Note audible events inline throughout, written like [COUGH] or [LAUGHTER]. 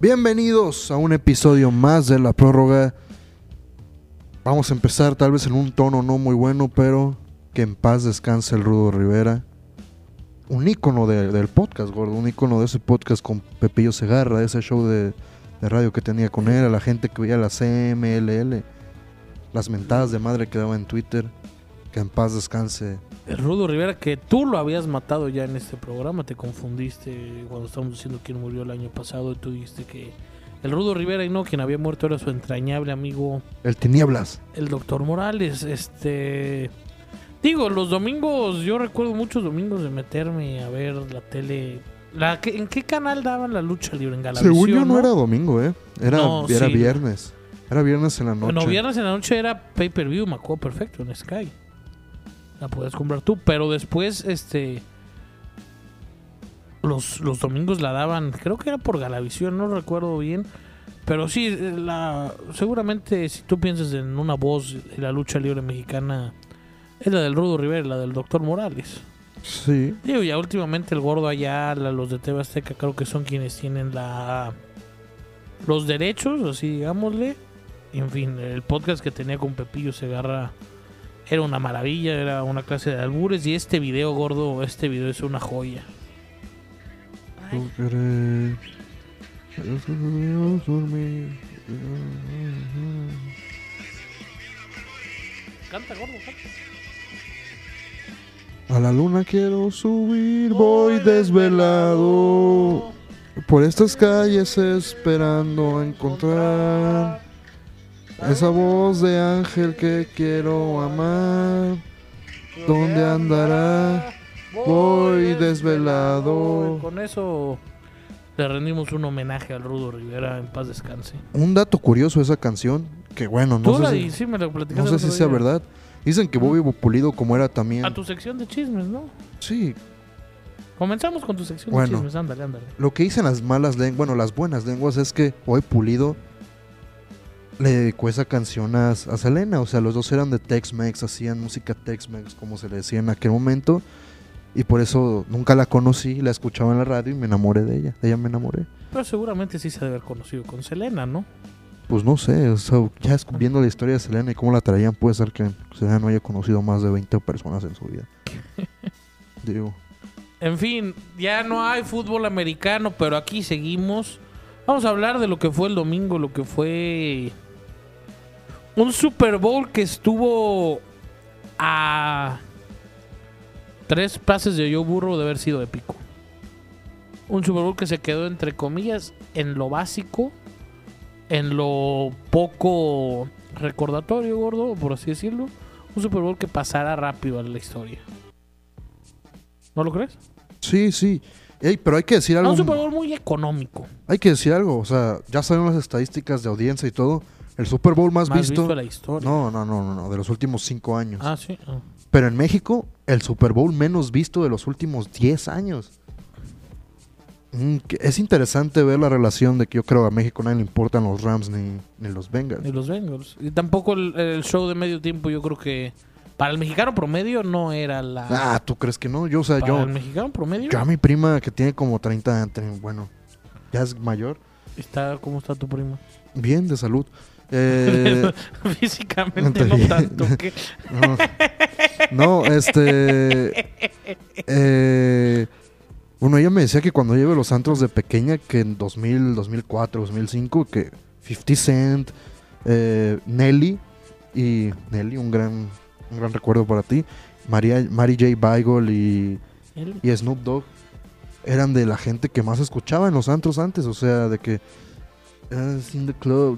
Bienvenidos a un episodio más de La Prórroga. Vamos a empezar tal vez en un tono no muy bueno, pero que en paz descanse el Rudo Rivera. Un ícono de- del podcast, gordo. Un ícono de ese podcast con Pepillo Segarra, de ese show de, de radio que tenía con él, a la gente que veía la CMLL, las mentadas de madre que daba en Twitter. Que en paz descanse. El Rudo Rivera, que tú lo habías matado ya en este programa, te confundiste cuando estábamos diciendo quién murió el año pasado y tú dijiste que el Rudo Rivera y no, quien había muerto era su entrañable amigo, El Tinieblas. el doctor Morales. Este. Digo, los domingos, yo recuerdo muchos domingos de meterme a ver la tele. La, que- ¿En qué canal daban la lucha libre? En Galavisión, Según yo no era domingo, ¿eh? Era, No, era sí. viernes. Era viernes en la noche. Bueno, viernes en la noche era pay-per-view, me acuerdo perfecto, en Sky. La podías comprar tú, pero después, este... Los, los domingos la daban, creo que era por Galavisión, no recuerdo bien. Pero sí, eh, la, seguramente si tú piensas en una voz de la lucha libre mexicana, es la del Rudo Rivera, la del Doctor Morales. Sí. Digo, ya últimamente el Gordo allá, los de TV Azteca, creo que son quienes tienen la los derechos, así digámosle. En fin, el podcast que tenía con Pepillo Segarra era una maravilla, era una clase de albures. Y este video, Gordo, este video es una joya. Tú querés- querés que Dios dormir. Canta, Gordo, A la luna quiero subir, voy desvelado. Por estas calles esperando encontrar esa voz de ángel que quiero amar. ¿Dónde andará? Voy desvelado. Con eso le rendimos un homenaje al Rudo Rivera, en paz descanse. Un dato curioso de esa canción, que bueno, no Tú la sé di- si, sí me la platicaste no sé el si otro sea día. verdad. Dicen que Bobby Pulido, como era también... A tu sección de chismes, ¿no? Sí, Comenzamos con tu sección Bueno. de chismes, ándale, ándale. Lo que dicen las malas lenguas, bueno, las buenas lenguas es que hoy Pulido le dedicó esa canción a, a Selena. O sea, los dos eran de Tex-Mex, hacían música Tex-Mex, como se le decía en aquel momento. Y por eso nunca la conocí, la escuchaba en la radio y me enamoré de ella. De ella me enamoré. Pero seguramente sí se debe haber conocido con Selena, ¿no? Pues no sé, o sea, ya es- viendo la historia de Selena y cómo la traían, puede ser que Selena no haya conocido más de 20 personas en su vida. Digo, En fin, ya no hay fútbol americano, pero aquí seguimos. Vamos a hablar de lo que fue el domingo, lo que fue un Super Bowl que estuvo a tres pases de yo burro de haber sido épico. Un Super Bowl que se quedó entre comillas en lo básico, en lo poco recordatorio, gordo, por así decirlo. Un Super Bowl que pasará rápido a la historia. ¿No lo crees? sí, sí. Ey, pero hay que decir No, algo. un Super Bowl muy económico. Hay que decir algo, o sea, ya saben las estadísticas de audiencia y todo. El Super Bowl más, Más visto, visto. de la historia. no, no, no, no, no, de los últimos cinco años. Ah, sí. ah. Pero en México, el Super Bowl menos visto de los últimos 10 años. Mm, que- es interesante ver la relación de que yo creo que a México nadie le importan los Rams ni, ni los Bengals. Y los Bengals. Y tampoco el, el show de medio tiempo, yo creo que para el mexicano promedio no era la. Ah, ¿tú crees que no? Yo, o sea, para yo, el mexicano promedio yo a mi prima que tiene como 30, tre- bueno, ya es mayor, está cómo está tu primo. bien de salud. [LAUGHS] Eh, Físicamente está [LAUGHS] no bien. tanto. que- No, No, este. eh, bueno, ella me decía que cuando lleve los antros de pequeña, que en 2000, 2004, 2005, que 50 Cent, eh, Nelly, y Nelly, un gran, un gran recuerdo para ti, María, Mary J. Beigel y, Él- y Snoop Dogg eran de la gente que más escuchaba en los antros antes, o sea, de que. "Ah, It's in the club,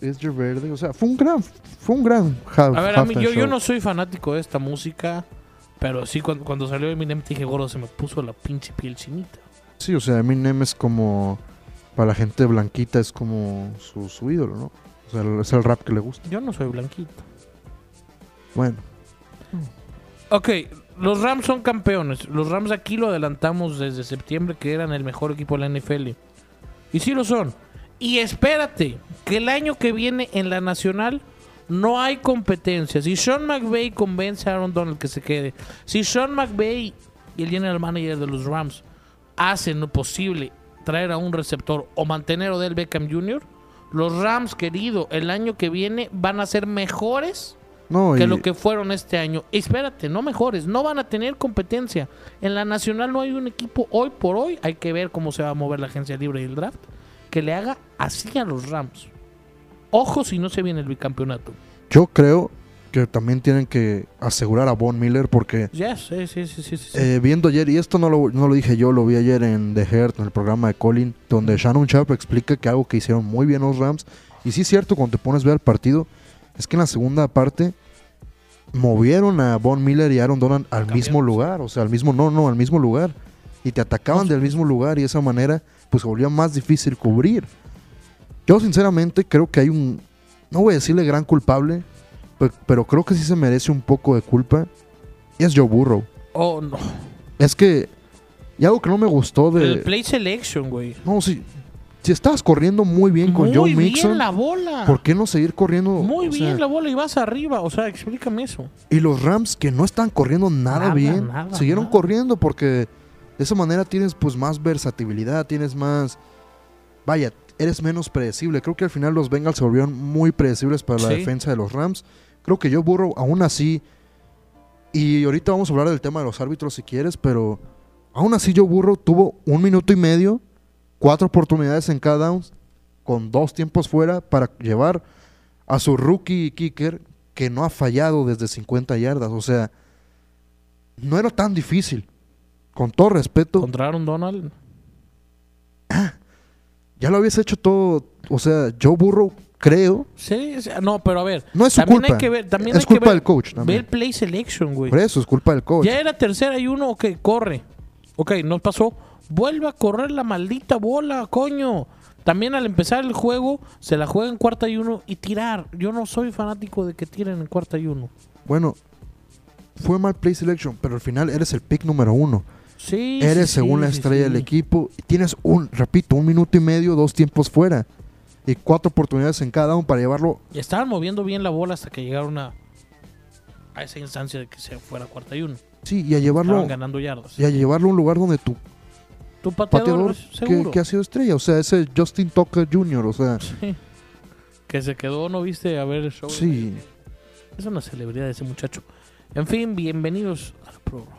it's your birthday", O sea, fue un gran, fue un gran half- A ver, a mí, halftime yo, yo show. no soy fanático de esta música, pero sí, cuando, cuando salió Eminem, dije, gordo, se me puso la pinche piel chinita. Sí, o sea, Eminem es como. Para la gente blanquita es como su, su ídolo, ¿no? O sea, el- es el rap que le gusta. Yo no soy blanquito. Bueno, Ok, los Rams son campeones. Los Rams aquí lo adelantamos desde septiembre que eran el mejor equipo de la NFL. Y sí lo son. Y espérate, que el año que viene en la Nacional no hay competencia. Si Sean McVay convence a Aaron Donald que se quede, si Sean McVay y el general manager de los Rams hacen lo posible traer a un receptor o mantener a Odell Beckham Jr., los Rams, querido, el año que viene van a ser mejores No, que y- lo que fueron este año. Espérate, no mejores, no van a tener competencia. En la nacional no hay un equipo hoy por hoy. Hay que ver cómo se va a mover la agencia libre y el draft. Que le haga así a los Rams. Ojo si no se viene el bicampeonato. yo creo que también tienen que asegurar a Von Miller porque Ya, sí, sí, sí, sí. sí. eh, viendo ayer, y esto no lo, no lo dije yo, lo vi ayer en The Herd, en el programa de Colin, donde Shannon Sharp explica que algo que hicieron muy bien los Rams, y sí es cierto cuando te pones a ver el partido, es que en la segunda parte movieron a Von Miller y Aaron Donald al Cambiaron. mismo lugar, o sea, al mismo, no, no, al mismo lugar, y te atacaban del mismo lugar y de esa manera pues se volvía más difícil cubrir. Yo sinceramente creo que hay un, no voy a decirle gran culpable, pe- pero creo que sí se merece un poco de culpa, y es Joe Burrow. oh, no. eh, Es que. Y algo que no me gustó El de. play selection, güey. No, si. Si estabas corriendo muy bien con Muy Joe bien Mixon, la bola. ¿por qué no seguir corriendo? Muy O bien sea, la bola y vas arriba. O sea, explícame eso. Y los Rams que no están corriendo nada, Nada, bien, nada, siguieron nada. corriendo porque de esa manera tienes pues más versatilidad, tienes más. Vaya, eres menos predecible. Creo que al final los Bengals se volvieron muy predecibles para la Sí. defensa de los Rams. Creo que Joe Burrow, aún así. Y ahorita vamos a hablar del tema de los árbitros si quieres, pero aún así Joe Burrow tuvo un minuto y medio, cuatro oportunidades en cada down, con dos tiempos fuera para llevar a su rookie kicker que no ha fallado desde 50 yardas. O sea, no era tan difícil. Con todo respeto, Contra Aaron Donald. ya lo habías hecho todo. O sea, Joe Burrow, creo. Sí, o sea, no, pero a ver. No es su también culpa. Hay que ver, también es hay culpa que ver, del coach. Ve el También. play selection, güey. Por eso es culpa del coach. Ya era tercera y uno, ok, corre. Ok, nos pasó. Vuelve a correr la maldita bola, coño. También al empezar el juego, se la juega en cuarta y uno y tirar. Yo no soy fanático de que tiren en cuarta y uno. Bueno, fue mal play selection, pero al final eres el pick número uno. Sí. Eres sí, según sí, la sí, estrella sí. del equipo. Y tienes un, repito, un minuto y medio, dos tiempos fuera. Y cuatro oportunidades en cada uno para llevarlo. Y Estaban moviendo bien la bola hasta que llegaron a, a esa instancia de que se fuera cuarta y uno. Sí, y a llevarlo. Estaban ganando yardas. Y a llevarlo a un lugar donde tu Tu pateador pateador, que, seguro. que ha sido estrella, o sea, ese Justin Tucker Jr., o sea, [LAUGHS] Sí. Que se quedó, ¿no viste? A ver el show. sí. Es una celebridad ese muchacho. En fin, bienvenidos a la prórroga.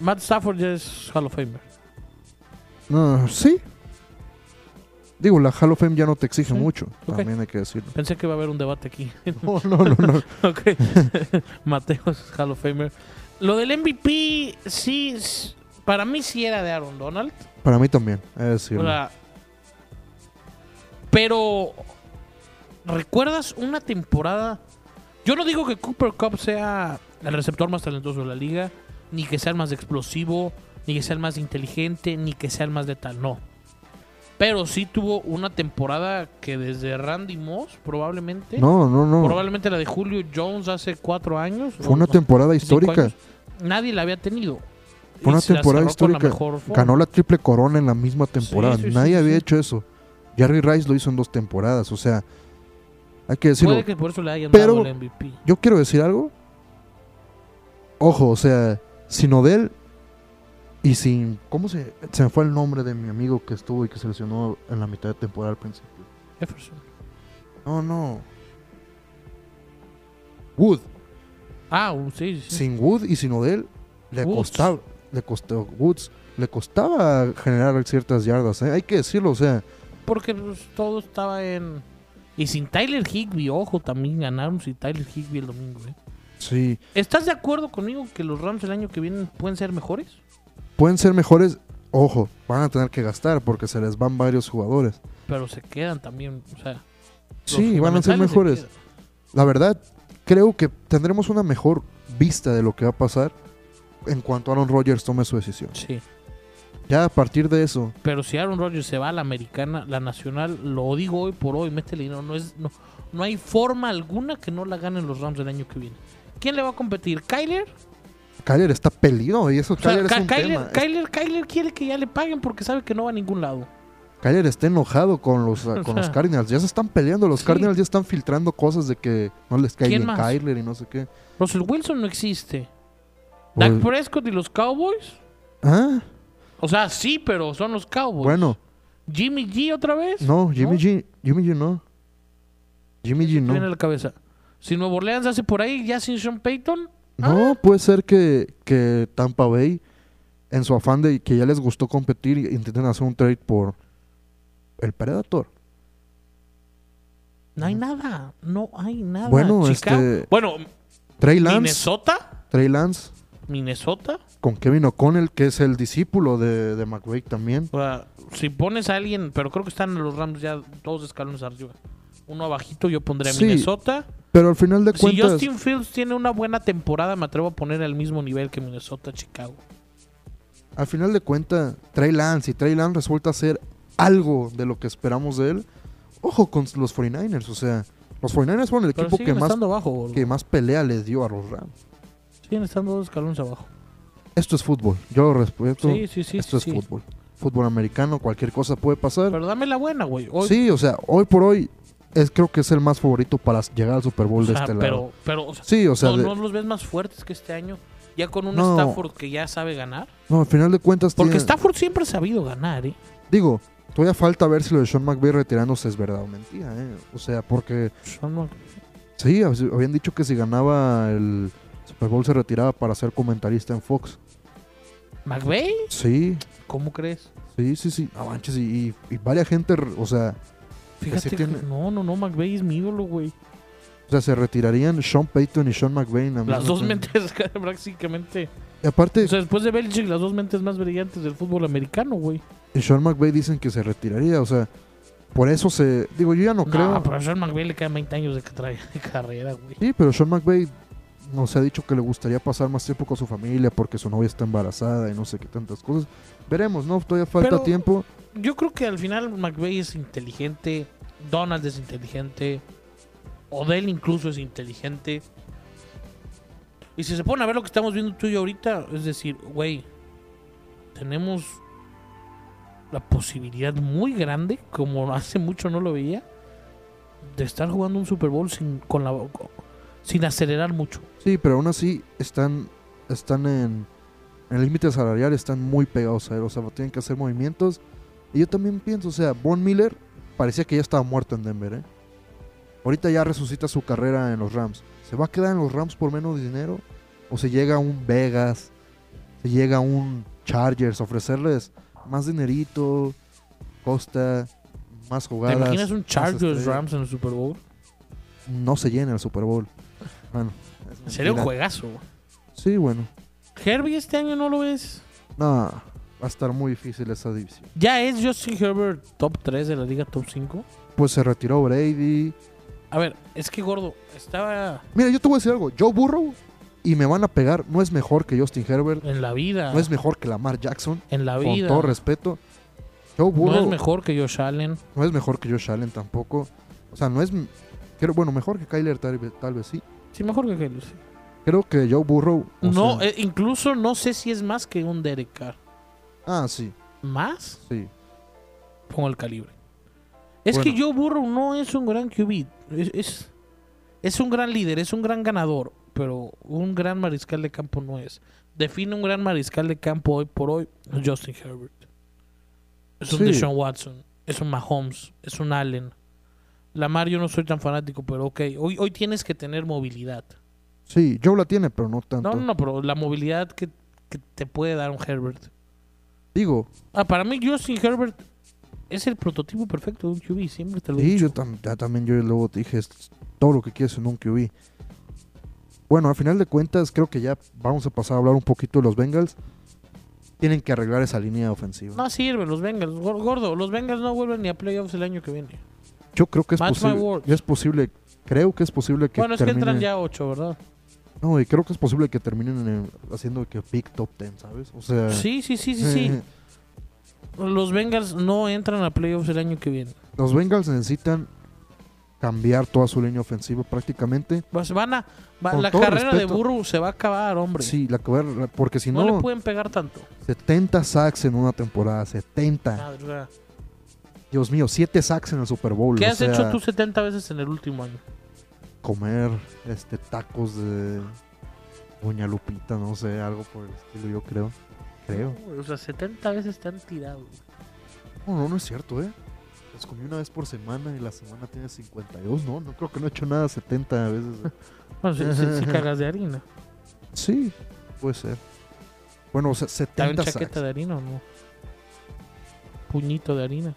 Matt Stafford ya es Hall of Famer. No, sí. Digo, la Hall of Fame ya no te exige Sí, mucho, ok. también hay que [LAUGHS] decirlo. Pensé que iba a haber un debate aquí. [LAUGHS] No, no, no, no. Ok. Mateo es Hall of Famer. Lo del MVP, sí, s- para mí sí era de Aaron Donald. Para mí también, hay que decirlo. O sea, pero ¿recuerdas una temporada? Yo no digo que Cooper Cup sea el receptor más talentoso de la liga, ni que sea el más explosivo, ni que sea el más inteligente, ni que sea el más letal, no. Pero sí tuvo una temporada que desde Randy Moss, probablemente, No, no, no. probablemente la de Julio Jones hace cuatro años. Fue o- una o cinco temporada histórica. años, nadie la había tenido. Y Fue una se la temporada cerró con la histórica. mejor forma. Ganó la triple corona en la misma temporada. sí, sí, Nadie sí, había sí. hecho eso. Jerry Rice lo hizo en dos temporadas, o sea, hay que decirlo. Puede que por eso le hayan Pero- dado el MVP. Yo quiero decir algo. Ojo, o sea, sin Odell y sin. ¿Cómo se.? Se me fue el nombre de mi amigo que estuvo y que se lesionó en la mitad de temporada al principio. Jefferson. No, no. Wood. Ah, uh, sí, sí. sí. Sin Wood y sin Odell le Woods. costaba. Le costó. Woods. Le costaba generar ciertas yardas, ¿eh? hay que decirlo, o sea. Porque pues, todo estaba en. Y sin Tyler Higby, ojo, también ganaron sin Tyler Higby el domingo. ¿eh? Sí. ¿Estás de acuerdo conmigo que los Rams el año que viene pueden ser mejores? Pueden ser mejores. Ojo, van a tener que gastar porque se les van varios jugadores. Pero se quedan también, o sea. los Sí, van a ser fundamentales se mejores. quedan. La verdad, creo que tendremos una mejor vista de lo que va a pasar en cuanto Aaron Rodgers tome su decisión. Sí. Ya a partir de eso, Pero si Aaron Rodgers se va a la americana, la nacional, lo digo hoy por hoy, métele dinero. No, es, no, no hay forma alguna que no la ganen los Rams el año que viene. ¿Quién le va a competir? ¿Kyler? Kyler está peleado y eso O sea, Kyler es Ka- un Kyler, tema. Kyler- Kyler quiere que ya le paguen porque sabe que no va a ningún lado. Kyler está enojado con [LAUGHS] los, con los sea, Cardinals. Ya se están peleando. Los sí. Cardinals ya están filtrando cosas de que no les cae ¿Quién bien más? Kyler y no sé qué. Russell Wilson no existe. Pues- Dak Pues, Prescott y los Cowboys. ah, O sea, sí, pero son los Cowboys. bueno. Jimmy G otra vez. No, Jimmy G. Jimmy G no. Jimmy G Viene a no. la cabeza. Si Nuevo Orleans hace por ahí, ya sin Sean Payton. Ah. No, puede ser que, que Tampa Bay, en su afán de que ya les gustó competir, intenten hacer un trade por el Predator. No hay nada. No hay nada. Mm. Bueno, Chicago- este- Bueno, Trey Lance. Minnesota. Trey Lance Minnesota. con Kevin O'Connell, que es el discípulo de, de McVay también. O sea, si pones a alguien, pero creo que están los Rams ya dos escalones arriba. Uno abajito, yo pondría a Sí, Minnesota. Pero al final de Si cuentas, Justin Fields tiene una buena temporada, me atrevo a poner al mismo nivel que Minnesota, Chicago. al final de cuentas, Trey Lance, si Trey Lance resulta ser algo de lo que esperamos de él, ojo con los 49ers, o sea, los 49ers fueron el Pero equipo que siguen más, estando abajo, boludo. que más pelea les dio a los Rams. Siguen estando dos escalones abajo. Esto es fútbol, yo lo respeto. Sí, sí, sí. Esto sí, es sí. fútbol. Fútbol americano, cualquier cosa puede pasar. Pero dame la buena, güey. Hoy- Sí, o sea, hoy por hoy es creo que es el más favorito para llegar al Super Bowl o de sea, este lado. Ah, pero, pero o sea, Sí, o sea, ¿no, de- no los ves más fuertes que este año? Ya con un No. eh. Stafford que ya sabe ganar. no, al final de cuentas Porque tiene- Stafford siempre ha sabido ganar, ¿eh? Digo, todavía falta ver si lo de Sean McVay retirándose es verdad o mentira, ¿eh? O sea, porque Son mal- sí, hab- habían dicho que si ganaba el Super Bowl se retiraba para ser comentarista en Fox. ¿McVay? Sí, ¿Cómo crees? sí, sí, sí. No manches, y, y, y varia gente, r- o sea, Fíjate sí que... tiene- No, no, no, McVay es mi ídolo, güey. o sea, se retirarían Sean Payton y Sean McVay. en la Las misma dos tem- mentes [LAUGHS] prácticamente... Y aparte, O sea, después de Belichick, las dos mentes más brillantes del fútbol americano, güey. y Sean McVay dicen que se retiraría, o sea, por eso se... Digo, yo ya no, No, creo. pero a Sean McVay le quedan 20 años de, que trae [LAUGHS] de carrera, güey. Sí, pero Sean McVay nos ha dicho que le gustaría pasar más tiempo con su familia porque su novia está embarazada y no sé qué tantas cosas. Veremos, ¿no? Todavía falta Pero- tiempo. Yo creo que al final McVay es inteligente, Donald es inteligente, Odell incluso es inteligente. Y si se pone a ver lo que estamos viendo tú y yo ahorita, es decir, güey, tenemos la posibilidad muy grande, como hace mucho no lo veía, de estar jugando un Super Bowl sin, con la, sin acelerar mucho. Sí, pero aún así están, están en, en el límite salarial, están muy pegados a él, o sea, tienen que hacer movimientos. Y yo también pienso, o sea, Von Miller parecía que ya estaba muerto en Denver, ¿eh? Ahorita ya resucita su carrera en los Rams. ¿Se va a quedar en los Rams por menos dinero? ¿O se llega a un Vegas? ¿Se llega a un Chargers? Ofrecerles más dinerito, costa, más ¿Te jugadas. imaginas un más Chargers estrellas? Rams en el Super Bowl? No se llena el Super Bowl. Bueno. es Sería un mentira. juegazo. Sí, bueno. Herbie este año no lo ves. No, va a estar muy difícil esa división. ¿Ya es Justin Herbert top 3 de la liga top 5? Pues se retiró Brady. A ver, es que gordo, estaba Mira, yo te voy a decir algo. Joe Burrow y me van a pegar. No es mejor que Justin Herbert. en la vida. No es mejor que Lamar Jackson. en Ah. la Con vida. todo respeto. Joe no Burrow es mejor que Josh Allen. mejor que Josh Allen tampoco. O sea, no es. m- Creo, bueno, mejor que Kyler tal vez, tal vez sí. Sí, mejor que Kyler. sí. Creo que Joe Burrow. o No, sea- eh, incluso no sé si es más que un Derek Carr. Ah, sí, ¿Más? sí. Pongo el calibre. Es Bueno. que Joe Burrow no es un gran QB. Es, es, es un gran líder, es un gran ganador, pero un gran mariscal de campo no es. Define un gran mariscal de campo hoy por hoy es Justin Herbert. Es un Sí. Deshaun Watson, es un Mahomes, es un Allen. Lamar yo no soy tan fanático, pero ok, hoy, hoy tienes que tener movilidad. Sí, Joe la tiene, pero no tanto. No, no, no, pero la movilidad que, que te puede dar un Herbert. Digo, Ah, para mí Justin Herbert es el prototipo perfecto de un QB, siempre te lo he Sí, dicho. yo tam- ya también yo luego te dije es todo lo que quieres en un QB. Bueno, al final de cuentas creo que ya vamos a pasar a hablar un poquito de los Bengals. Tienen que arreglar esa línea ofensiva. No sirve, los Bengals. Gor- Gordo, los Bengals no vuelven ni a playoffs el año que viene. Yo creo que es Mark my posible. words. Es posible. Creo que es posible que bueno, es que terminen. entran ya ocho, ¿verdad? No, y creo que es posible que terminen en- haciendo que pick top 10, ¿sabes? O sea, Sí, sí, sí, sí, sí. eh, Los Bengals no entran a playoffs el año que viene. los Bengals necesitan cambiar toda su línea ofensiva prácticamente. Vas- Van a, va- Con la todo carrera respeto. de Burrow se va a acabar, hombre. Sí, la que- porque si no, no, le pueden pegar tanto. Ah. Ah, 70 sacks en una temporada, 70. Madre, o sea, Dios mío, siete sacks en el Super Bowl. ¿Qué o has sea, hecho tú 70 veces en el último año? Comer este, tacos de Doña Lupita, no sé, algo por el estilo, yo creo. Creo. No, güey, O sea, 70 veces te han tirado. güey. No, no, no es cierto, ¿eh? Los comí una vez por semana y la semana tiene 52, ¿no? No creo que no he hecho nada 70 veces. [LAUGHS] ¿eh? Bueno, si, [LAUGHS] si- si cagas de harina. sí, puede ser. Bueno, o sea, ¿Te dan 70 chaqueta sacks. de harina o no? Puñito de harina.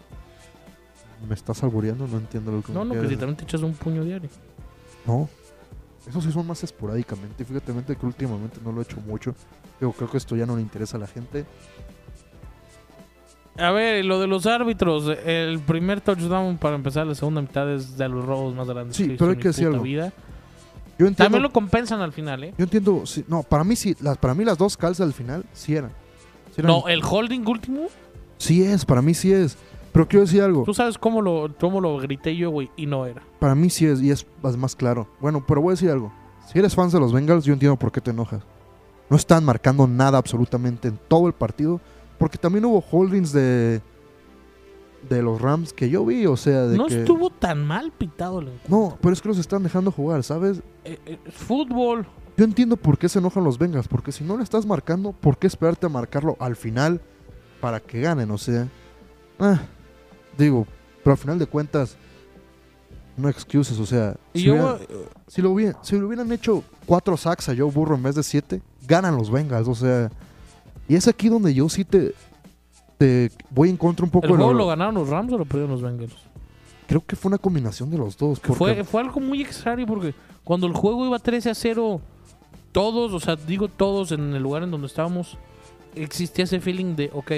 Me estás albureando, no entiendo lo que No, me no, que quieres si también te echas un puño diario. No. Esos sí son más esporádicamente. Fíjate mente, que últimamente no lo he hecho mucho. Digo, creo que esto ya no le interesa a la gente. A ver, lo de los árbitros. El primer touchdown para empezar la segunda mitad es de los robos más grandes Sí, he visto pero hay en mi que decir puta algo. vida. Yo entiendo. También lo compensan al final, ¿eh? Yo entiendo. sí, no, para mí sí. Las, para mí las dos calzas al final sí eran. Sí, eran- No, el holding último. sí es, para mí sí es. Pero quiero decir algo. Tú sabes cómo lo, cómo lo grité yo, güey, y no era. Para mí sí es y es más- más claro. Bueno, pero voy a decir algo. Si eres fan de los Bengals, yo entiendo por qué te enojas. No están marcando nada absolutamente en todo el partido. Porque también hubo holdings de. De los Rams que yo vi, o sea, de No que... estuvo tan mal pitado el encuentro. No, pero es que los están dejando jugar, ¿sabes? Eh, eh, es fútbol. Yo entiendo por qué se enojan los Bengals, porque si no le estás marcando, ¿por qué esperarte a marcarlo al final para que ganen? O sea, ah, digo, pero al final de cuentas, no excuses, o sea, Y si, yo, hubiera- eh, si lo hubiera- si le hubieran hecho cuatro sacks a Joe Burrow en vez de siete, ganan los Bengals, o sea, y es aquí donde yo sí te, te voy en contra un poco el de juego lo- lo ganaron los Rams o lo perdieron los Bengals. Creo que fue una combinación de los dos. Que fue, porque- fue algo muy extraño porque cuando el juego iba 13 a 0, todos, o sea, digo todos en el lugar en donde estábamos, existía ese feeling de, ok,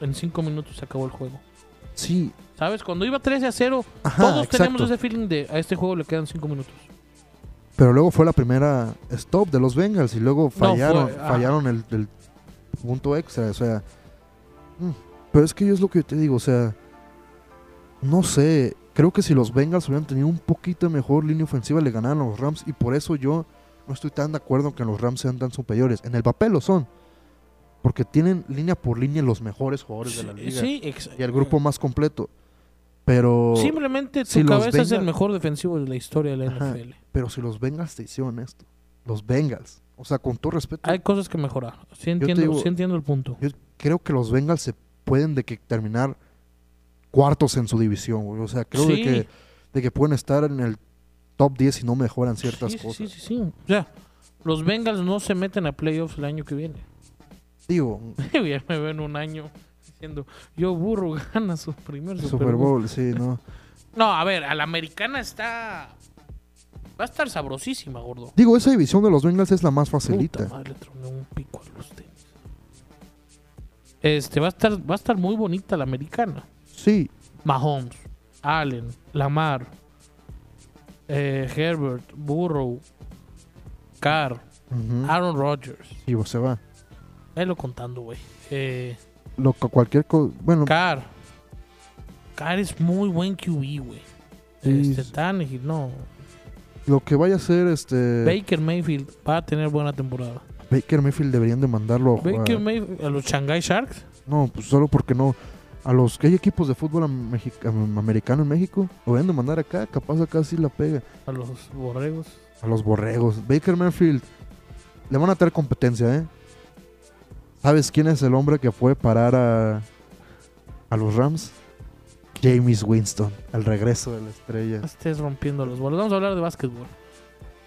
en 5 minutos se acabó el juego. Sí, ¿Sabes? Cuando iba 13 a 0, ajá, todos teníamos Ah, exacto. ese feeling de, a este juego le quedan 5 minutos. Pero luego fue la primera stop de los Bengals y luego fallaron, fue- ah. fallaron el, el punto extra. O sea, mm, pero es que yo es lo que te digo. O sea, no sé. Creo que si los Bengals hubieran tenido un poquito mejor línea ofensiva, le ganaban a los Rams. Y por eso yo no estoy tan de acuerdo en que los Rams sean tan superiores. En el papel lo son. Porque tienen línea por línea los mejores jugadores de la Sí, liga. sí, ex- Y el grupo más completo. Pero, Simplemente tu si los cabeza es el Bengals- mejor defensivo de la historia de la Ajá. NFL. pero si los Bengals te hicieron esto. Los Bengals. O sea, con todo respeto. Hay cosas que mejorar. Sí entiendo, digo- sí entiendo el punto. Yo creo que los Bengals se pueden de que terminar cuartos en su división, güey. O sea, creo de, Sí. que, de que pueden estar en el top 10 si no mejoran ciertas sí, sí, cosas. Sí, sí, sí. O sea, los Bengals no se meten a playoffs el año que viene. [LAUGHS] Digo, ya me ven un año diciendo, yo burro [LAUGHS] gana su primer Super, Super Bowl. Bowl, sí, ¿no? No, a ver, a la americana está... Va a estar sabrosísima, gordo. Digo, esa división de los Bengals es la más facilita. Puta madre, le troné un pico a los tenis. Este, va a estar, va a estar muy bonita la americana. Sí, Mahomes, Allen, Lamar, eh, Herbert, Burrow, Carr, ujú. Aaron Rodgers. Sí, pues, se va. Ahí lo contando, güey. Eh, Lo, que- cualquier cosa. Bueno, Carr. Carr es muy buen QB, güey. Sí, Este, sí. Tannehill, no. lo que vaya a hacer este. Baker Mayfield va a tener buena temporada. Baker Mayfield deberían de mandarlo a jugar. Baker Mayfield, a los Shanghai Sharks. No, pues solo porque no. A los que hay equipos de fútbol am- mexica- am- americano en México, lo deben de mandar acá. Capaz acá sí la pega. A los Borregos. A los borregos. Baker Manfield. Le van a traer competencia, ¿eh? ¿Sabes quién es el hombre que fue parar a, a los Rams? James Winston, el regreso de la estrella. Estés rompiendo los bolos. Vamos a hablar de básquetbol.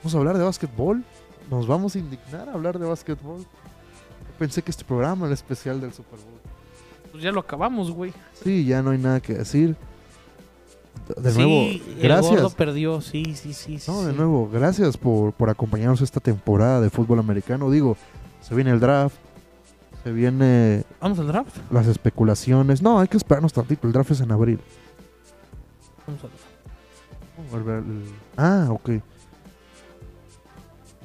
¿Vamos a hablar de básquetbol? ¿Nos vamos a indignar a hablar de básquetbol? Yo Pensé que este programa era especial del Super Bowl. Pues ya lo acabamos, güey. Sí, ya no hay nada que decir. De- De Sí, nuevo, El gordo gracias. perdió, sí, sí, sí. sí, No, de sí. nuevo, gracias por, por acompañarnos esta temporada de fútbol americano. Digo, se viene el draft, se viene Vamos al draft. las especulaciones. No, hay que esperarnos tantito. El draft es en abril. Vamos al draft. El- el- Ah, ok.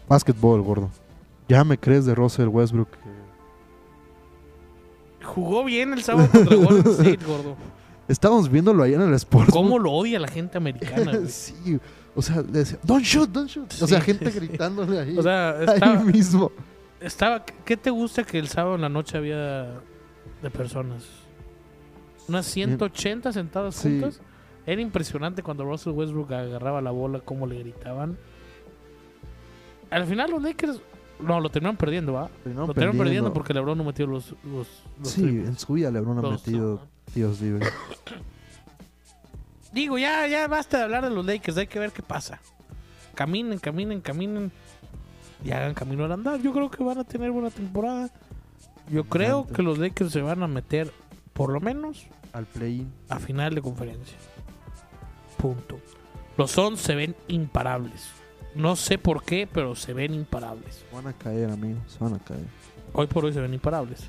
Básquetbol, gordo. Ya me crees de Russell Westbrook. Jugó bien el sábado [LAUGHS] contra Golden State, gordo. Estábamos viéndolo ahí en el Sports. ¿Cómo lo odia la gente americana, [LAUGHS] güey? sí, o sea, le decía, don't shoot, don't shoot. Sí, o sea, sí, gente sí. gritándole ahí. [LAUGHS] O sea, ahí está, mismo. Estaba, ¿qué te gusta que el sábado en la noche había de personas? unas 180 sentadas Sí. juntas. Era impresionante cuando Russell Westbrook agarraba la bola, cómo le gritaban. Al final los Lakers, no, lo terminaron perdiendo, ¿va? Terminaron lo terminaron perdiendo perdiendo. porque LeBron no metió los... los, los Sí, triples. en su vida LeBron ha Los- metido Dios libre. Digo, ya, ya basta de hablar de los Lakers, hay que ver qué pasa. Caminen, caminen, caminen. Y hagan camino al andar. Yo creo que van a tener buena temporada. Yo creo Exacto. que los Lakers se van a meter, por lo menos, Al play-in. a final de conferencia. Punto. Los Suns se ven imparables. No sé por qué, pero se ven imparables. Van a caer, amigos. Se van a caer. Hoy por hoy se ven imparables.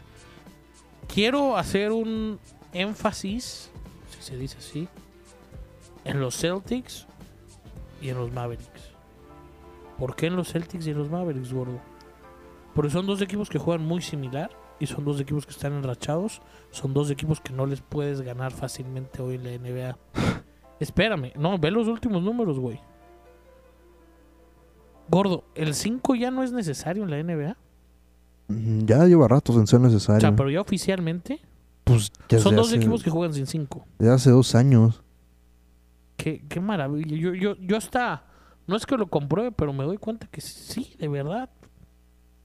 Quiero hacer un énfasis, si se dice así, en los Celtics y en los Mavericks. ¿Por qué en los Celtics y en los Mavericks, gordo? Porque son dos equipos que juegan muy similar y son dos equipos que están enrachados. Son dos equipos que no les puedes ganar fácilmente hoy en la NBA. [LAUGHS] Espérame, no, ve los últimos números, güey. Gordo, ¿el 5 ya no es necesario en la NBA? Mm, Ya lleva ratos en ser O necesario. sea, pero ya oficialmente pues desde son dos hace, equipos que juegan sin 5. desde hace dos años. Qué, qué maravilla. Yo, yo, yo hasta, no es que lo compruebe, pero me doy cuenta que sí, de verdad.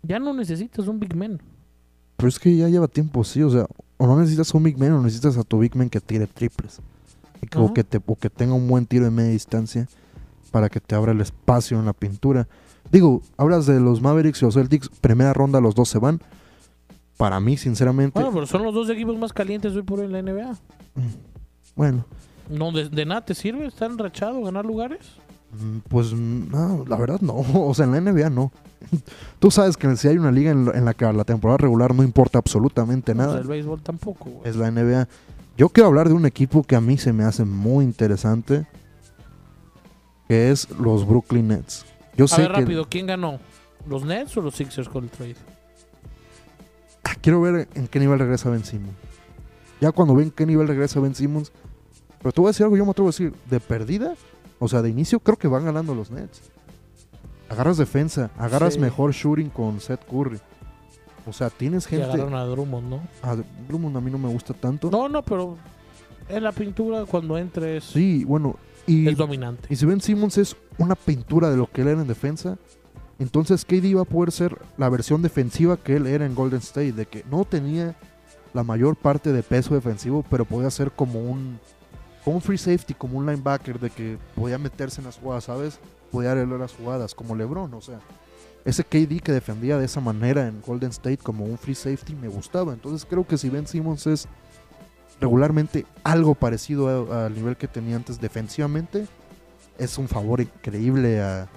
Ya no necesitas un Big Man. Pero es que ya lleva tiempo, sí. O sea, o no necesitas un Big Man o necesitas a tu Big Man que tire triples. Y que- Ajá. o, que te, o que tenga un buen tiro de media distancia para que te abra el espacio en la pintura. Digo, hablas de los Mavericks y los Celtics. Primera ronda, los dos se van. Para mí, sinceramente. Bueno, pero son los dos equipos más calientes hoy por hoy en la NBA. bueno No, de, de nada te sirve estar enrachado, ganar lugares. Mm, Pues mm, no, la verdad no. [LAUGHS] O sea, en la NBA no. Tú sabes que si hay una liga en, lo- en la que la temporada regular no importa absolutamente O sea, nada, Eh, el béisbol tampoco, güey. es la NBA. Yo quiero hablar de un equipo que a mí se me hace muy interesante, que es los Brooklyn Nets. Yo A sé ver, que rápido, ¿quién ganó? ¿Los Nets o los Sixers con el trade? Ah, quiero ver en qué nivel regresa Ben Simmons. Ya cuando ven qué nivel regresa Ben Simmons, pero tú voy a decir algo, yo me atrevo a decir, de perdida, o sea, de inicio creo que van ganando los Nets. Agarras defensa, agarras Sí. mejor shooting con Seth Curry. O sea, tienes Que gente. agarraron a Drummond, ¿no? A Drummond a mí no me gusta tanto. No, no, pero en la pintura cuando entre es, Sí, bueno, y, es dominante. y si Ben Simmons es una pintura de lo que él era en defensa, entonces KD va a poder ser la versión defensiva que él era en Golden State, de que no tenía la mayor parte de peso defensivo, pero podía ser como un, como un free safety, como un linebacker, de que podía meterse en las jugadas, ¿sabes? Podía arreglar las jugadas, como LeBron, o sea. Ese KD que defendía de esa manera en Golden State como un free safety me gustaba. Entonces creo que si Ben Simmons es regularmente algo parecido a- al nivel que tenía antes defensivamente, es un favor increíble a,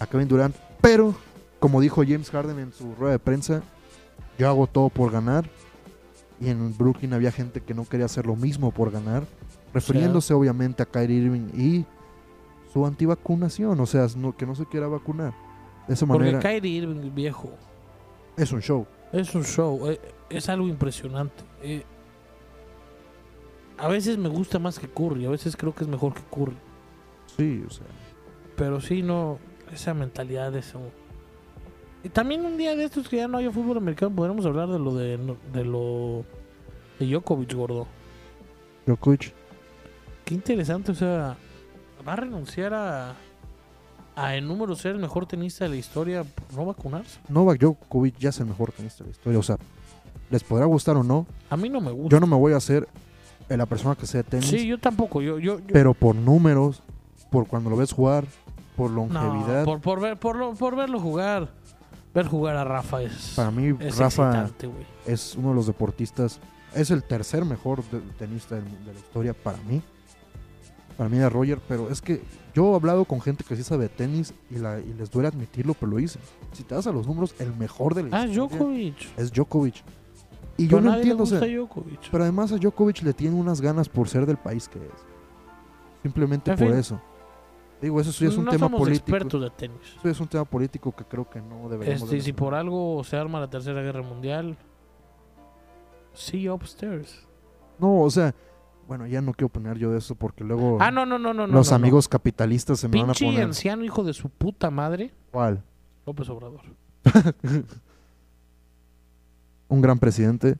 a Kevin Durant. Pero, como dijo James Harden en su rueda de prensa, yo hago todo por ganar. Y en Brooklyn había gente que no quería hacer lo mismo por ganar. Refiriéndose obviamente a Kyrie Irving y su antivacunación. O sea, no- que no se quiera vacunar. De esa Porque manera Kyrie Irving, viejo, es un show. es un show, eh, es algo impresionante. eh. a veces me gusta más que Curry, a veces creo que es mejor que Curry. Sí, o sea. Pero sí, no, esa mentalidad de eso. Y también un día de estos que ya no haya fútbol americano, podremos hablar de lo de, de lo de Djokovic, gordo. Djokovic. Qué interesante, o sea, va a renunciar a, a en número ser el mejor tenista de la historia por no vacunarse. Novak Djokovic ya es el mejor tenista de la historia. O sea, les podrá gustar o no. A mí no me gusta. Yo no me voy a hacer eh, la persona que sea de tenis. sí, yo tampoco. Yo, yo, yo- pero por números, por cuando lo ves jugar, por no, longevidad. por, por ver, por, lo- por verlo jugar, ver jugar a Rafa es, para mí, es Rafa excitante, güey. es uno de los deportistas. Es el tercer mejor de- tenista del mu- de la historia para mí. Para mí era Roger, pero es que yo he hablado con gente que sí sabe de tenis y, la- y les duele admitirlo, pero lo dicen. Si te das a los números, el mejor de la Ah, historia Djokovic. es Djokovic. Y Pero yo a no nadie le entiendo, o sea, gusta Djokovic. Pero además a Djokovic le tiene unas ganas por ser del país que es. Simplemente En por fin. eso. Digo, eso sí es un no tema somos político. expertos de tenis. Eso es un tema político que creo que no deberíamos de Este, y si mencionar. por algo se arma la Tercera Guerra Mundial, see you upstairs. No, o sea, bueno, ya no quiero opinar yo de eso porque luego Ah, no, no, no, no. no, los no, no. amigos capitalistas se me Pinche van a poner. anciano hijo de su puta madre, ¿Cuál? López Obrador. Un gran presidente.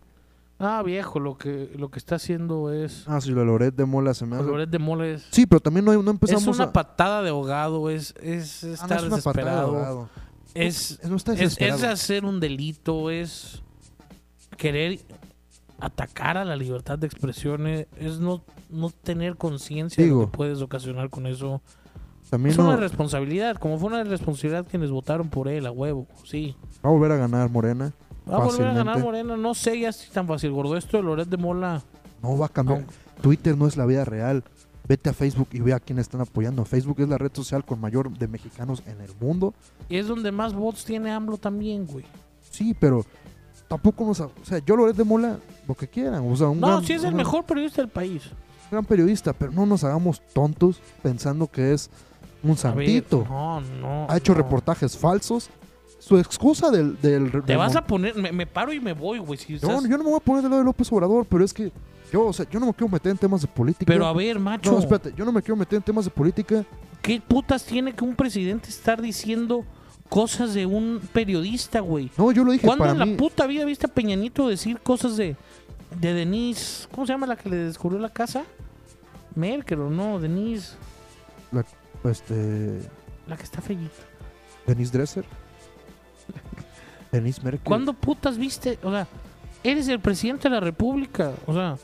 Ah, viejo, lo que, lo que está haciendo es. Ah, sí, la Loret de Mola se me hace. Loret de Mola es. Ah, Sí, pero también no, no Es empezamos una a... patada de ahogado, es, es Ah, estar no, es una patada de desesperado. ahogado. es, No está es- Pues desesperado. es hacer un delito, es querer atacar a la libertad de expresión, es, es no, no tener conciencia de lo Digo. que puedes ocasionar con eso. También Es no, una responsabilidad, como fue una responsabilidad quienes votaron por él, a huevo, sí. va a volver a ganar Morena. Va a volver a Fácilmente. ganar Morena, no sé ya si tan fácil, gordo. Esto de Loret de Mola, No va a cambiar. Twitter no es la vida real. Vete a Facebook y ve a quién están apoyando. Facebook es la red social con mayor de mexicanos en el mundo. y es donde más bots tiene AMLO también, güey. Sí, pero tampoco nos... O sea, yo Loret de Mola, lo que quieran. O sea, un No, gran- sí es el un mejor periodista del país. gran periodista, pero no nos hagamos tontos pensando que es un A ver, santito. no, no. ha hecho no. reportajes falsos. Su excusa del... del Te del vas mon- a poner, me, me paro y me voy, güey. si No, estás- yo no me voy a poner del lado de López Obrador, pero es que yo, o sea, yo no me quiero meter en temas de política. Pero a ver, macho, no, espérate, yo no me quiero meter en temas de política. ¿qué putas tiene que un presidente estar diciendo cosas de un periodista, güey? No, yo lo dije ¿Cuándo para en la mí. puta vida viste a Peñanito decir cosas de, de Denise? ¿Cómo se llama la que le descubrió la casa? Merkel, ¿o no, Denise, Este, la que está feliz. Denise [LAUGHS] Dresser. Denise Merkel. ¿Cuándo putas viste? O sea, eres el presidente de la república. O sea,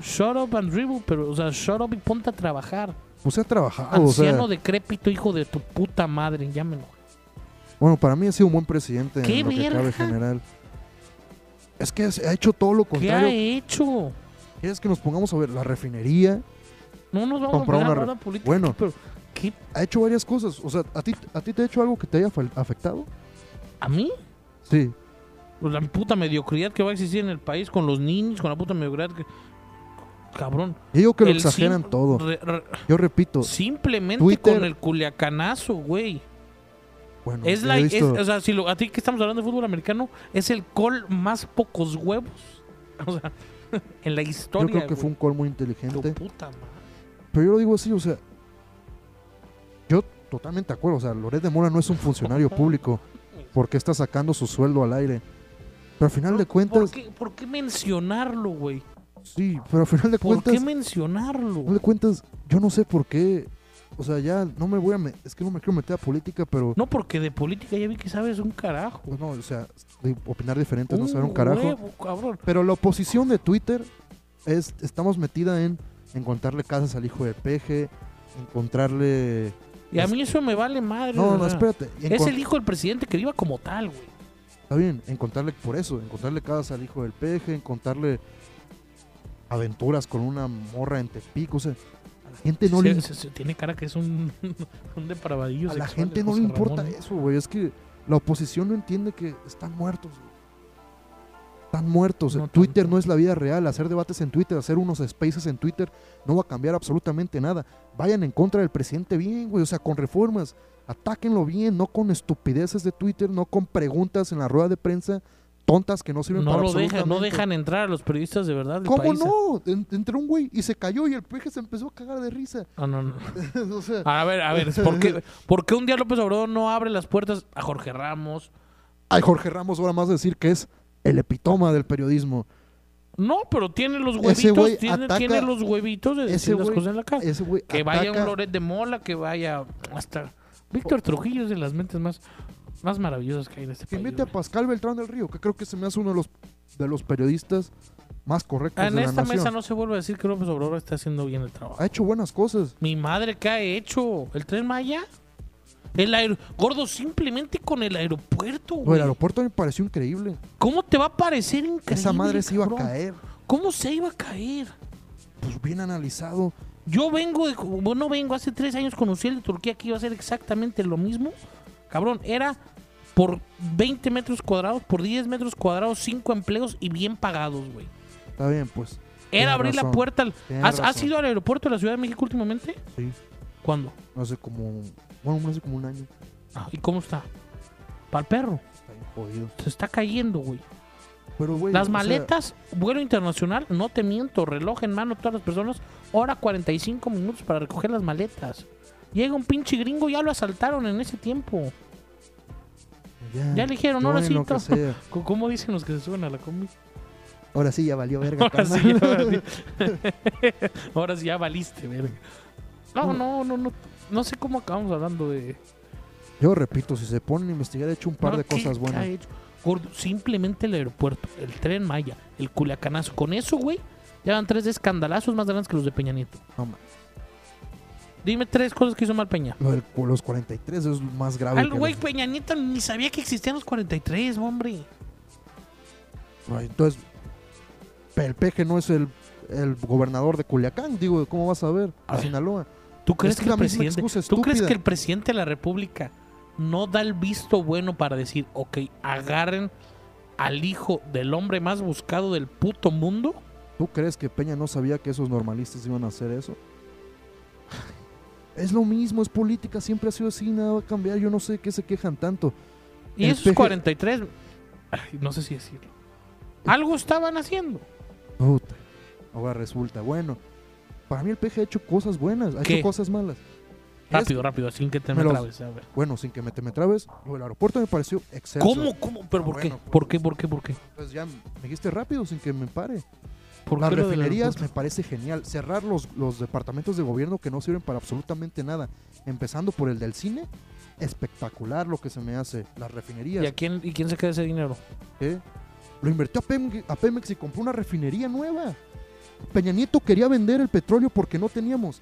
shut up and dribble, pero, o sea, shut up y ponte a trabajar. Pues ha trabajado, o sea, Anciano decrépito, hijo de tu puta madre, llámelo. Bueno, para mí ha sido un buen presidente ¡Qué en lo que cabe verga! general. Es que ha hecho todo lo ¿Qué ha contrario. hecho? Es que nos pongamos a ver la refinería. No nos vamos Compró a poner a una hablar re- de política. bueno. pero ¿qué? Ha hecho varias cosas. O sea, ¿a ti, a ti te ha hecho algo que te haya fal- afectado? ¿A mí? Sí. Pues la puta mediocridad que va a existir en el país con los niños, con la puta mediocridad que... Cabrón. Yo digo que lo El exageran sim- todo. re- re- Yo repito, simplemente Twitter- con el culiacanazo, güey. bueno, Es yo la... he es- visto- o sea, si lo, a ti que estamos hablando de fútbol americano, es el col más pocos huevos. [LAUGHS] O sea, en la yo historia, creo que fue un güey. call muy Tu inteligente. puta madre. Pero yo lo digo así, o sea, yo totalmente de acuerdo, o sea, Loret de Mora no es un funcionario público porque está sacando su sueldo al aire. Pero al final de ¿Por cuentas, qué, por qué mencionarlo, güey? sí, pero al final de ¿Por cuentas, qué mencionarlo? al final de cuentas, yo no sé por qué, o sea, ya no me voy a, me- es que no me quiero meter a política, pero No, porque de política ya vi que sabes un carajo. pues no, o sea, de opinar diferente, no saber un Un carajo. Uh, huevo, cabrón. Pero la oposición de Twitter es, estamos metida en encontrarle casas al hijo de peje, encontrarle, Y a mí eso me vale madre. no, o no, sea, espérate, y Es encon- el hijo del presidente que viva como tal, güey. Está bien, encontrarle por eso, encontrarle casas al hijo del peje, encontrarle aventuras con una morra en Tepic, o sea, a la gente no Se- le, se- se tiene cara que es un, [LAUGHS] un depravadillo. a la sexual, gente el no le José importa Ramón, ¿no? eso, güey. Es que la oposición no entiende que están muertos. güey. Están muertos. No Twitter tanto. no es la vida real. Hacer debates en Twitter, hacer unos spaces en Twitter, no va a cambiar absolutamente nada. Vayan en contra del presidente bien, güey. O sea, con reformas. Atáquenlo bien, no con estupideces de Twitter, no con preguntas en la rueda de prensa tontas que no sirven ¿eh? No, para lo dejan, no absolutamente. dejan entrar a los periodistas de verdad. del ¿Cómo país, ¿eh? no? En- entró un güey y se cayó y el peje se empezó a cagar de risa. [LAUGHS] Ah, no, no. o sea, A ver, a ver, [LAUGHS] ¿por qué, por qué un día López Obrador no abre las puertas a Jorge Ramos? ay, Jorge Ramos ahora más decir que es el epitoma del periodismo. No, pero tiene los Ese güey huevitos, tiene, ataca- tiene los huevitos de ese decir las güey- cosas en la cara. Ese güey Que vaya ataca- un Loret de Mola, que vaya hasta... Víctor Trujillo es de las mentes más, más maravillosas que hay en este Que país. mete a güey. Pascal Beltrán del Río, que creo que se me hace uno de los, de los periodistas más correctos Ah, En pues, de la esta nación. mesa no se vuelve a decir que López Obrador está haciendo bien el trabajo. Ha hecho buenas cosas. Mi madre, ¿qué ha hecho? ¿El Tren Maya? El aer... Gordo, simplemente con el aeropuerto, Lo güey. del aeropuerto me pareció increíble. ¿Cómo te va a parecer increíble? Esa madre se iba a cabrón? caer. ¿Cómo se iba a caer? Pues bien analizado. Yo vengo, de, bueno, vengo hace tres años conocí el de Turquía que iba a ser exactamente lo mismo. Cabrón, era por 20 metros cuadrados, por 10 metros cuadrados, 5 empleos y bien pagados, güey. Está bien, pues. Tienes Era abrir razón, la puerta. al- tienes ¿Has, has razón. ido al aeropuerto de la Ciudad de México últimamente? Sí. ¿Cuándo? Hace como. Bueno, hace como un año. Ah, ¿Y cómo está? Para el perro. Está bien jodido. Se está cayendo, güey. Pero, güey. o Las sea, maletas, vuelo internacional, no te miento, reloj en mano todas las personas, hora 45 minutos para recoger las maletas. Llega un pinche gringo, ya lo asaltaron en ese tiempo. Ya le dijeron, lloren ahora sí, lo que to- sea. Co- ¿Cómo dicen los que se suben a la combi? Ahora sí ya valió verga. Ahora sí, carnal. ya, valí- Ahora sí [LAUGHS] ya valiste, verga. No, no, no, no. No sé cómo acabamos hablando de. Yo repito, si se ponen a investigar, he hecho un par No, de ¿qué cosas buenas. ha hecho? Gordo, simplemente el aeropuerto, el tren Maya, el culiacanazo. Con eso, güey, ya van tres escandalazos más grandes que los de Peña Nieto. No, ma- Dime tres cosas que hizo mal Peña. lo del cu- los 43 es lo más grave. Al que güey los- Peña Nieto ni sabía que existían los 43, hombre. Ay, entonces, el peje no es el, el gobernador de Culiacán, digo, ¿cómo vas a ver? A ver. Sinaloa. ¿Tú crees que que la el misma presidente, excusa tú crees estúpida. que el presidente de la República no da el visto bueno para decir, ok, agarren al hijo del hombre más buscado del puto mundo? ¿Tú crees que Peña no sabía que esos normalistas iban a hacer eso? Es lo mismo, es política, siempre ha sido así, nada va a cambiar. Yo no sé de qué se quejan tanto. Y El esos PG 43, ay, no sé si decirlo. Algo estaban haciendo. Puta, Ahora resulta, bueno, para mí el PG ha hecho cosas buenas, ha ¿Qué? hecho cosas malas. Rápido, rápido, sin que te Me me los- trabes, a ver. Bueno, sin que me te me trabes, lo del aeropuerto me pareció excelente. ¿Cómo? ¿Cómo? ¿Pero Ah, por qué? bueno, ¿Por qué? ¿Por qué? ¿Por qué? Pues ya me dijiste rápido sin que me pare. ¿Por Las qué lo del refinerías me aeropuerto? parece genial. Cerrar los, los departamentos de gobierno que no sirven para absolutamente nada. Empezando por el del cine, espectacular lo que se me hace. Las refinerías. ¿Y, a quién, ¿Y quién se queda ese dinero? ¿eh? Lo invirtió a Pem- a Pemex y compró una refinería nueva. Peña Nieto quería vender el petróleo porque no teníamos.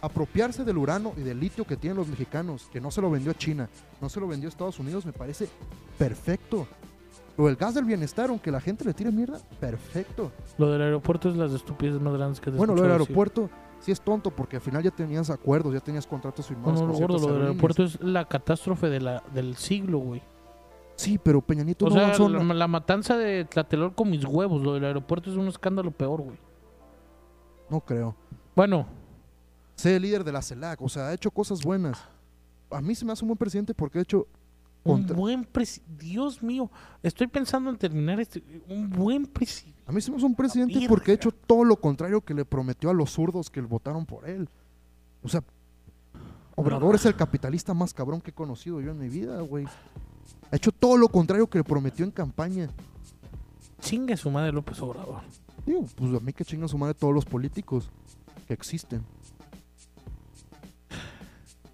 Apropiarse del urano y del litio que tienen los mexicanos, que no se lo vendió a China, no se lo vendió a Estados Unidos, me parece perfecto. Lo del gas del bienestar, aunque la gente le tire mierda, perfecto. Lo del aeropuerto es las estupideces más grandes que te Bueno, lo del escucho decir. aeropuerto sí es tonto porque al final ya tenías acuerdos, ya tenías contratos No, firmados. no, no, con gordo, ciertas lo del aerolíneas. aeropuerto es la catástrofe de la, del siglo, güey. Sí, pero Peña Nieto O no sea, avanzó la, na- la matanza de Tlatelol con mis huevos, lo del aeropuerto es un escándalo peor, güey. No creo. Bueno, Sé el líder de la CELAC, o sea, ha hecho cosas buenas. A mí se me hace un buen presidente porque ha hecho. un contra- buen presidente. Dios mío, estoy pensando en terminar este. Un buen presidente. A mí se me hace un presidente mierda. porque ha hecho todo lo contrario que le prometió a los zurdos que votaron por él. O sea, Obrador es el capitalista más cabrón que he conocido yo en mi vida, güey. Ha hecho todo lo contrario que le prometió en campaña. Chingue su madre López Obrador. Digo, pues a mí que chingan su madre todos los políticos que existen.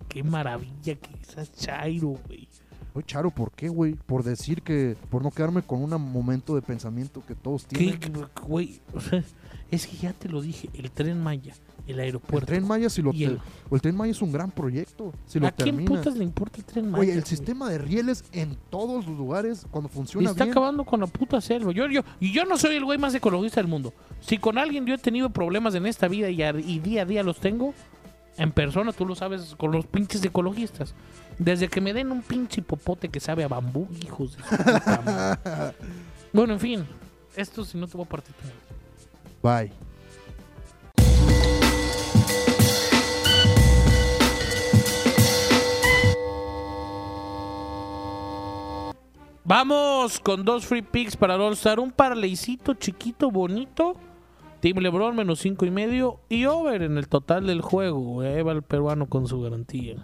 Qué maravilla que es a Chairo, güey. Oye, Charo, ¿por qué, güey? Por decir que. Por no quedarme con un momento de pensamiento que todos Qué- tienen. qué- Güey, o sea, es que ya te lo dije, el tren Maya, el El aeropuerto. tren Maya, si lo y te- el- el tren Maya es un gran proyecto. Si lo ¿A quién termina. putas le importa el tren Maya? Oye, el güey? sistema de rieles en todos los lugares, cuando Y funciona está bien. acabando con la puta selva. Yo, yo, y yo no soy el güey más ecologista del mundo. Si con alguien yo he tenido problemas en esta vida y, a- y día a día los tengo, en persona tú lo sabes con los pinches ecologistas. Desde que me den un pinche popote que sabe a bambú, hijos de su puta madre. Bueno, en fin. Esto si no te voy a partir. tu madre. Bye. Vamos con dos free picks para el All-Star. Un parleycito chiquito, bonito. Team LeBron menos cinco y medio. Y over en el total del juego. Ahí va el peruano con su garantía.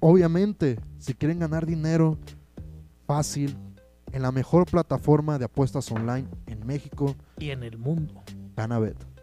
Obviamente, si quieren ganar dinero fácil, en la mejor plataforma de apuestas online en México, Y en el mundo. Ganabet.